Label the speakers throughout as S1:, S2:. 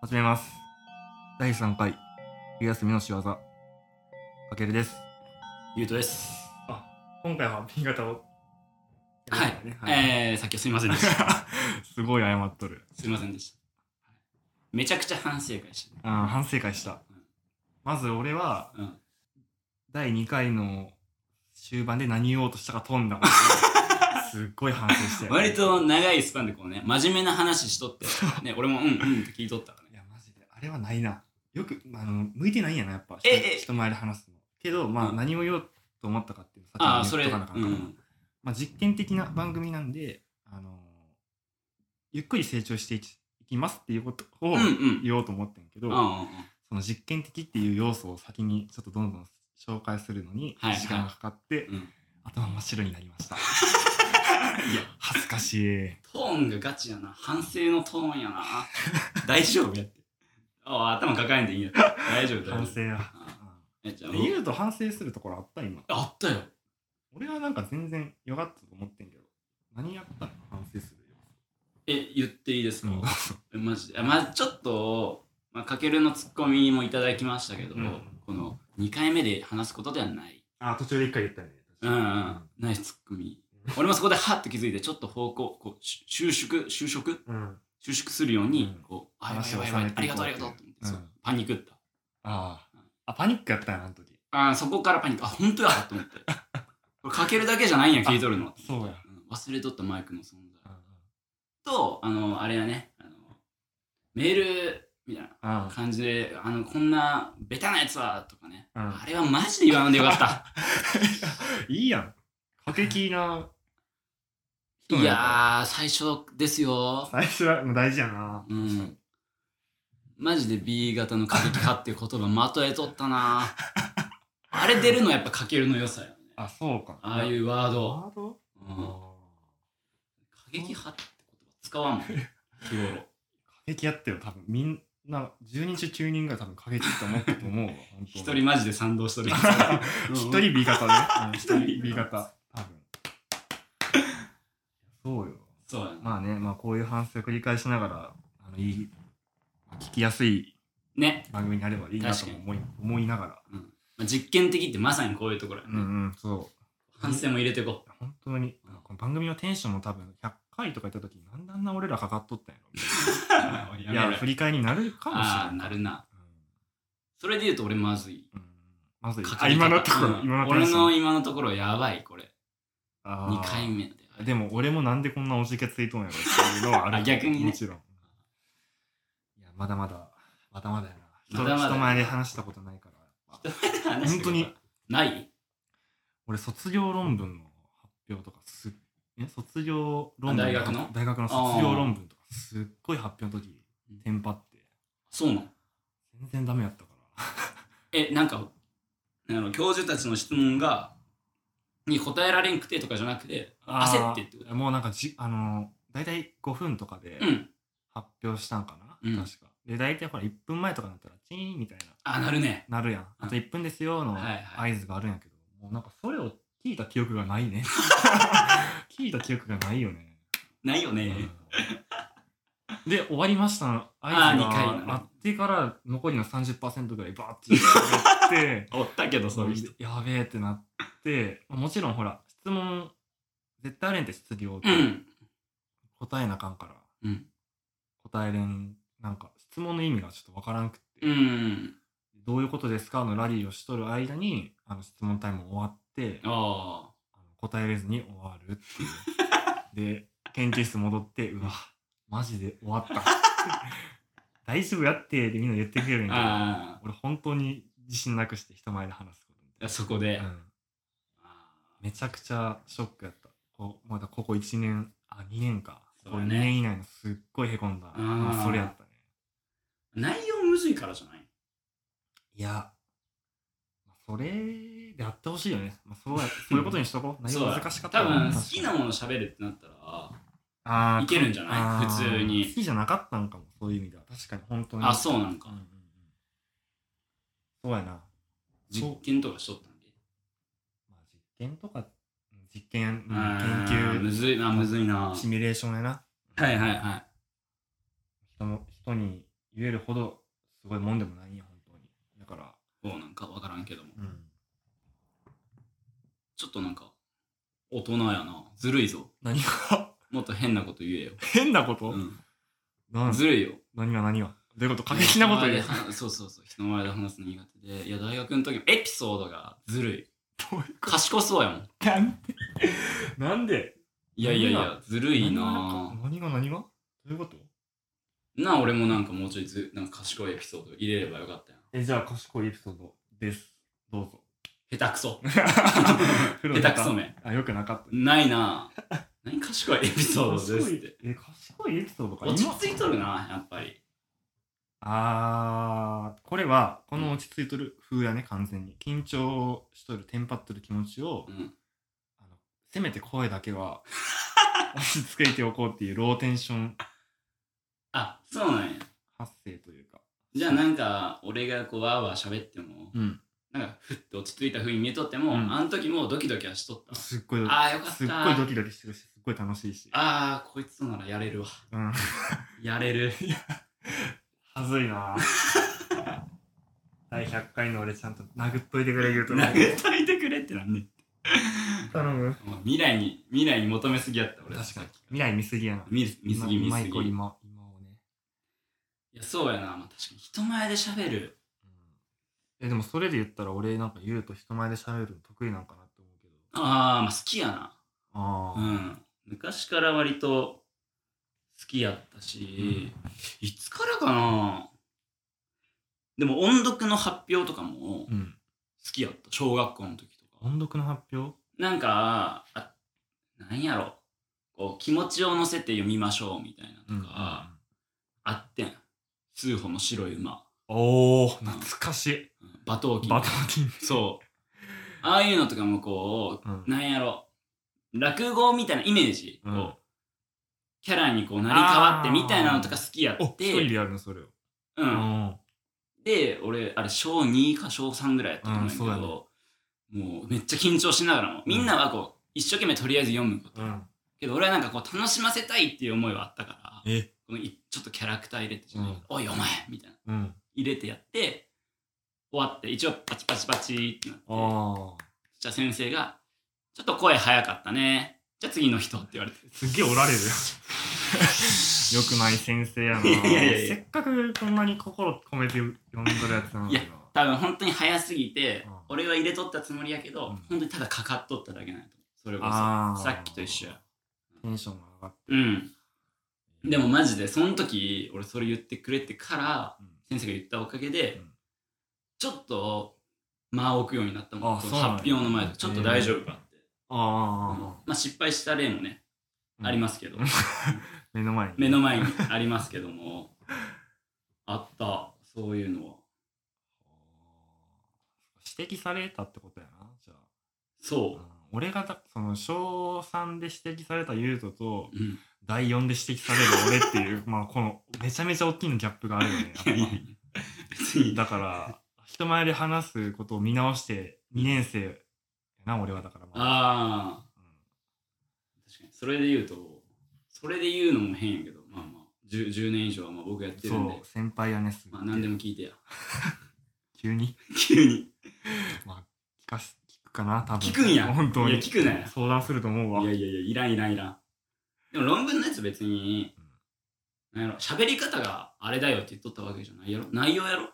S1: 始めます第3回冬休みの仕業かけるです
S2: ゆうとです。
S1: 今回は B 型を
S2: はい
S1: ね
S2: えー、さっきはすいませんでした。
S1: すごい謝っとる
S2: すいませんでした。めちゃくちゃ反省会したね。
S1: あー反省会したまず俺は
S2: うん。
S1: 第2回の終盤で何言おうとしたか飛んだ からねすっごい反省して
S2: 割と長いスパンでこうね、真面目な話しとって、ね、俺もうんうんって聞いとったから
S1: いやマジであれはないなよくあの向いてないんやなやっぱ
S2: ええ
S1: 人前で話すのけどまあ、
S2: うん
S1: 何を言おうと思ったかっていうの
S2: あ
S1: を
S2: あー、
S1: 先
S2: そ
S1: に
S2: れ、
S1: 言
S2: う
S1: っとかなあかったから
S2: ん。
S1: まあ、実験的な番組なんで、あのーゆっくり成長していきいきますっていうことを
S2: うんうん。
S1: 言おうと思ってんけど、
S2: うんうんうん
S1: その実験的っていう要素を先にちょっとどんどん紹介するのに
S2: はいはい
S1: 時間がかかって、
S2: うん
S1: 頭真っ白になりま した
S2: いや、
S1: 恥ずかしい
S2: トーンがガチやな。反省のトー ンやな。大丈夫やって。ああ、頭抱えんでいいや。大丈夫だよ
S1: 反。省は、
S2: あ
S1: う
S2: えじゃあ
S1: ん、で言うと反省するところあった今
S2: あったよ。
S1: 俺はなんか全然よかったと思ってんけど何やったの反省するよ
S2: え、言っていいですか、
S1: うん
S2: えマジであまあちょっと、まあ、かけるのツッコミもいただきましたけど、
S1: うん
S2: この2回目で話すことではない
S1: あ途中で一回言ったよね
S2: うんうんナイスツッコミ俺もそこでハッと気づいてちょっと方向こうし収縮収縮
S1: うん
S2: 収縮するように、
S1: うん
S2: こうあやばい
S1: 話
S2: や
S1: を
S2: ばい
S1: 収
S2: やばい
S1: め
S2: あ
S1: て
S2: り
S1: い
S2: が
S1: こうと
S2: とうあ
S1: い
S2: り
S1: う
S2: がとうって思って、
S1: うん
S2: そうパニックった
S1: あああパニックやったよなあの時
S2: あーそこからパニックあ本当やと思ってこれかけるだけじゃないんや聞いとるの、
S1: そうや
S2: うん忘れとったマイクの存在とあのあれやねあのメールみたいな
S1: あ
S2: 感じで、あの、こんな、ベタなやつは、とかね。
S1: うん
S2: あれはマジで言わんでよ かった。
S1: いいやん。過激 な。
S2: いやー、最初ですよ。
S1: 最初は大事やな。
S2: うん。マジで B 型の過激派っていう言葉まとえとっ たなあれ出るのやっぱかけるの良さよね。
S1: あ、そうか。
S2: ああいうワード。
S1: ワード
S2: うん。
S1: うん
S2: 過激派って言葉使わんもん。 日頃。
S1: 過激やってよ、多分。みんな、10人中9人ぐらい多分過激って思ったと 思うわ。本当
S2: 一人マジで賛同しとるやつ。
S1: 一人 B 型ね。うん一
S2: 一
S1: 人
S2: 人
S1: B 型。多分。そうよ。
S2: そうやな。
S1: まあね、まあこういう反省を繰り返しながら、あの、いい、聞きやすい
S2: ね。
S1: 番組になればいいなとも思い思いながら。
S2: まあ実験的ってまさにこういうところや
S1: う
S2: ね。
S1: んうん、そう。
S2: 反省も入れてこ
S1: 本当にこの番組のテンションも多分100回とか言った時になんであんな俺らかかっとったんや
S2: う。
S1: ろ
S2: やめ
S1: い
S2: ろ
S1: や振り返りになるかもし
S2: ああ
S1: れ
S2: ー、
S1: ない
S2: なるな。それで言うと俺まずい。
S1: うん、うんまずい
S2: かか
S1: あ
S2: り方
S1: 今のところ、
S2: うん
S1: 今のテン
S2: 俺
S1: ション
S2: の今のところやばい、これ。
S1: あー
S2: 2回目で。
S1: でも俺もなんでこんなおじけついとんやろっていうのはある
S2: あ逆にね
S1: もちろんいやまだまだまだまだやな人
S2: まだまだやな
S1: 人前で話したことないからやっぱ本
S2: 本
S1: 当に。
S2: ない
S1: 俺卒業論文の発表とかすっえ卒業論文
S2: あ大学の
S1: 大学の卒業論文とかすっごい発表の時
S2: うん
S1: テンパって
S2: そうなの。
S1: 全然ダメやったから
S2: え、なんか、あの教授たちの質問が、に答えられんくてとかじゃなくて、 焦ってってこと。
S1: もうなんかじあの大体5分とかで
S2: うん。
S1: 発表したんかな、
S2: うん
S1: 確かで大体ほら1分前とかになったらチーンみたい
S2: あ、なるね。
S1: ななるやんあと1分ですよの
S2: はいは
S1: 合図があるんやけど、もうなんかそれを聞いた記憶がない ね聞いた記憶がないよね、
S2: ないよね。
S1: うんで終わりましたの合図
S2: あー二回な
S1: があってから残りの30%ぐらいバーってやって
S2: おったけど、 そういう人。
S1: やべえってなってもちろんほら質問絶対あれんって質量って、
S2: うん。
S1: 答えなあかんから
S2: うん。
S1: 答えれんなんか質問の意味がちょっとわからんくって、
S2: うん。
S1: どういうことですかのラリーをしとる間にあの質問タイム終わってあの
S2: あ
S1: 答えれずに終わるっていうで研究室戻ってうわマジで終わった 大丈夫やってでみんな言ってくれるん
S2: あ。
S1: やけ
S2: あ
S1: ど俺本当に自信なくして人前で話すこ
S2: あ。そこで
S1: と、う。んめちゃくちゃショックやったこうまだここ1年あ2年か、
S2: そう
S1: こ
S2: だ
S1: れ
S2: ね
S1: 2年以内のすっごいへこんだ
S2: うん
S1: まあそれやったね
S2: 内容むずいからじゃない
S1: いや、まあそれでやってほしいよね。まあ、そうやそういうことにしとこう。内容
S2: そうだ
S1: 難しかった
S2: 多
S1: ら確
S2: 分、
S1: か
S2: 好
S1: に
S2: きなもの喋るってなったら、
S1: あー
S2: いけるんじゃない
S1: あー
S2: 普通に
S1: 好きじゃなかったんかも、そういう意味では。確かに、本当に。
S2: あそうなんか
S1: うんうんうんそうやな。ま
S2: 実験とかしとったんで。
S1: あ、実験とか、うん実験、うん
S2: う
S1: 研
S2: んむ
S1: 究、
S2: ずいなむずいな
S1: シミュレーションやな。
S2: はいはいはい
S1: 人の人に言えるほどすごいもんでもないんや本当にだから
S2: そうなんか分からんけども
S1: うん
S2: ちょっとなんか大人やなずるいぞ
S1: 何が
S2: もっと変なこと言えよ、
S1: 変なこと、
S2: う、
S1: なんん
S2: ずるいよ
S1: 何が何がどういうこと過激なこと言う
S2: 人前で話そうそうそう人前で話すの苦手でいや大学の時のエピソードがずるい
S1: どういうこ
S2: 賢そうやもん
S1: となんでなんで
S2: いやいやい
S1: 何
S2: やずるいなぁ
S1: 何が何がどういうこと
S2: なあ俺もなんかもうちょいずなんか賢いエピソード入れればよかったやん
S1: えじゃあ賢いエピソードですどう ぞ
S2: 下手くそ
S1: 下
S2: 下手くそめ
S1: あよくなかった
S2: ないなぁ何賢いエピソードですって
S1: 賢いえ賢いエピソードか
S2: 落ち着いとるなやっぱり
S1: あーこれはこの落ち着いとる風やね完全に緊張しとるテンパっとる気持ちを、
S2: うん
S1: あのせめて声だけ は落ち着けておこうっていうローテンション
S2: あそうなんや
S1: 発生というか
S2: じゃあなんか俺がこうわーわー喋っても
S1: うん
S2: なんかふって落ち着いた風に見えとっても、
S1: うん
S2: あの時もうドキドキはしとった
S1: すっごいドキ
S2: あーよかった
S1: すっごいドキドキしてるしすっごい楽しいし
S2: ああこいつとならやれるわ
S1: うん
S2: やれる
S1: はずい な第100回の俺ちゃんと殴っといてくれ言うと
S2: 投げといてくれってなんねん
S1: 頼む
S2: お前未来に未来に求めすぎやった俺
S1: 確かに未来見すぎやな
S2: 見す見すぎ見
S1: 今
S2: す
S1: 今以降
S2: ぎい
S1: 今今をね、
S2: やそうやな、まあ、確かに人前で喋る
S1: うんえでもそれで言ったら俺なんか言うと人前で喋るの得意なんかなって思うけど
S2: ああまあ好きやな
S1: ああ、
S2: うん昔から割と好きやったし、いつからかなでも音読の発表とかも好
S1: うん、
S2: きやった小学校の時とか
S1: 音読の発表
S2: なんか、あなんやろ、こう、気持ちを乗せて読みましょうみたいなのとか、あってん。数歩の白い馬、
S1: おお懐かしい
S2: うん馬頭琴。
S1: バターティン
S2: そう。ああいうのとかもこ
S1: うん
S2: う、なんやろ、落語みたいなイメージ、
S1: うん
S2: こう、キャラにこう、成り変わってみたいなのとか好きや
S1: お
S2: っ
S1: 一人で
S2: て、
S1: やるのそれを
S2: う。
S1: うんん
S2: で、俺、あれ、小2か小3ぐらいやったと思うんやけ
S1: うんそう
S2: ど、もう、めっちゃ緊張しながらも、みんなはこう、一生懸命とりあえず読むこと。
S1: うん
S2: けど俺はなんかこう楽しませたいっていう思いはあったから
S1: え
S2: このいちょっとキャラクター入れて、
S1: うん
S2: おいお前みたいな
S1: うん
S2: 入れてやって終わって一応パチパチパチってなって
S1: ああ
S2: じゃあ先生が「ちょっと声早かったねじゃあ次の人」って言われて
S1: すっげえおられる よくない先生やない
S2: やいやいや
S1: せっかくこんなに心込めて読んどるやつなのにな
S2: 多分本当に早すぎて、
S1: うん
S2: 俺は入れとったつもりやけど、
S1: うん
S2: 本当にただかかっとっただけなんやと思うそれこ
S1: あ
S2: そ
S1: ー
S2: さっきと一緒や
S1: テンションが上がっ
S2: うん
S1: て
S2: でもマジでその時俺それ言ってくれてから
S1: うん
S2: 先生が言ったおかげで、
S1: うん
S2: ちょっと間を置くようになったもん
S1: あ
S2: こう
S1: そうなんや
S2: 発表の前でちょっと大丈夫かって、
S1: あ
S2: うん
S1: あ
S2: まあ失敗した例もね、ありますけど
S1: 目の前に
S2: 目の前にありますけどもあったそういうのは
S1: 指摘されたってことやなじゃあ
S2: そ
S1: うん俺がだその小3で指摘された優斗と
S2: う、うん、
S1: 第4で指摘される俺っていう まあこのめちゃめちゃ大きなギャップがあるよね
S2: いやいやいや 別に
S1: だから人前で話すことを見直して2年生やな俺はだからまあ
S2: ああ
S1: うん
S2: 確かにそれで言うとそれで言うのも変やけどまあまあ 10, 10年以上はまあ僕やってるんで
S1: そう先輩やねすっ
S2: まあ
S1: げえ
S2: 何でも聞いてや
S1: 急に
S2: 急に
S1: 聞かす聞くかな多分
S2: 聞くんや
S1: 本当
S2: いや
S1: に
S2: 聞くなよ
S1: 相談すると思うわ
S2: いやいやいや、いらんいらんいらん。でも論文のやつ別に、なんやろ、喋り方があれだよって言っとったわけじゃないやろ内容やろ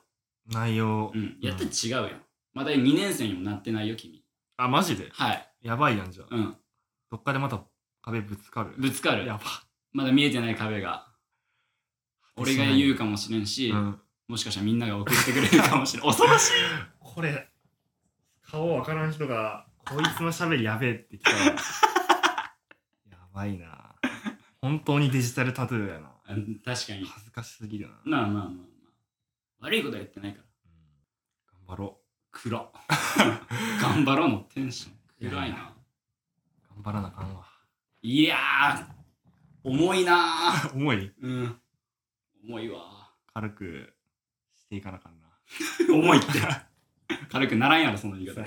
S1: 内容、
S2: うん。やったら違うやん。まだ2年生にもなってないよ、君。
S1: あマジで
S2: はい。
S1: やばいやんじゃあ
S2: うん。
S1: どっかでまた壁ぶつかる
S2: ぶつかる
S1: や。ば
S2: まだ見えてない壁が。俺が言うかもしれんし、
S1: うん
S2: もしかしたらみんなが送ってくれるかもし れん。恐ろしい
S1: これ顔わからん人がこいつのしゃべりやべえってき たらやばいな本当にデジタルタトゥーやな
S2: うん確かに。
S1: 恥ずかしすぎるな、
S2: まあまあまあまあ。悪いことは言ってないから。
S1: うん頑張ろ
S2: 暗。頑張ろうのテンション。暗いな。
S1: う頑張らなあかんわ
S2: いやー、重いな ー。
S1: 重い
S2: うん。重いわ。
S1: 軽くしていかなあかんな
S2: 重いって。軽くならんやろ、その言い方。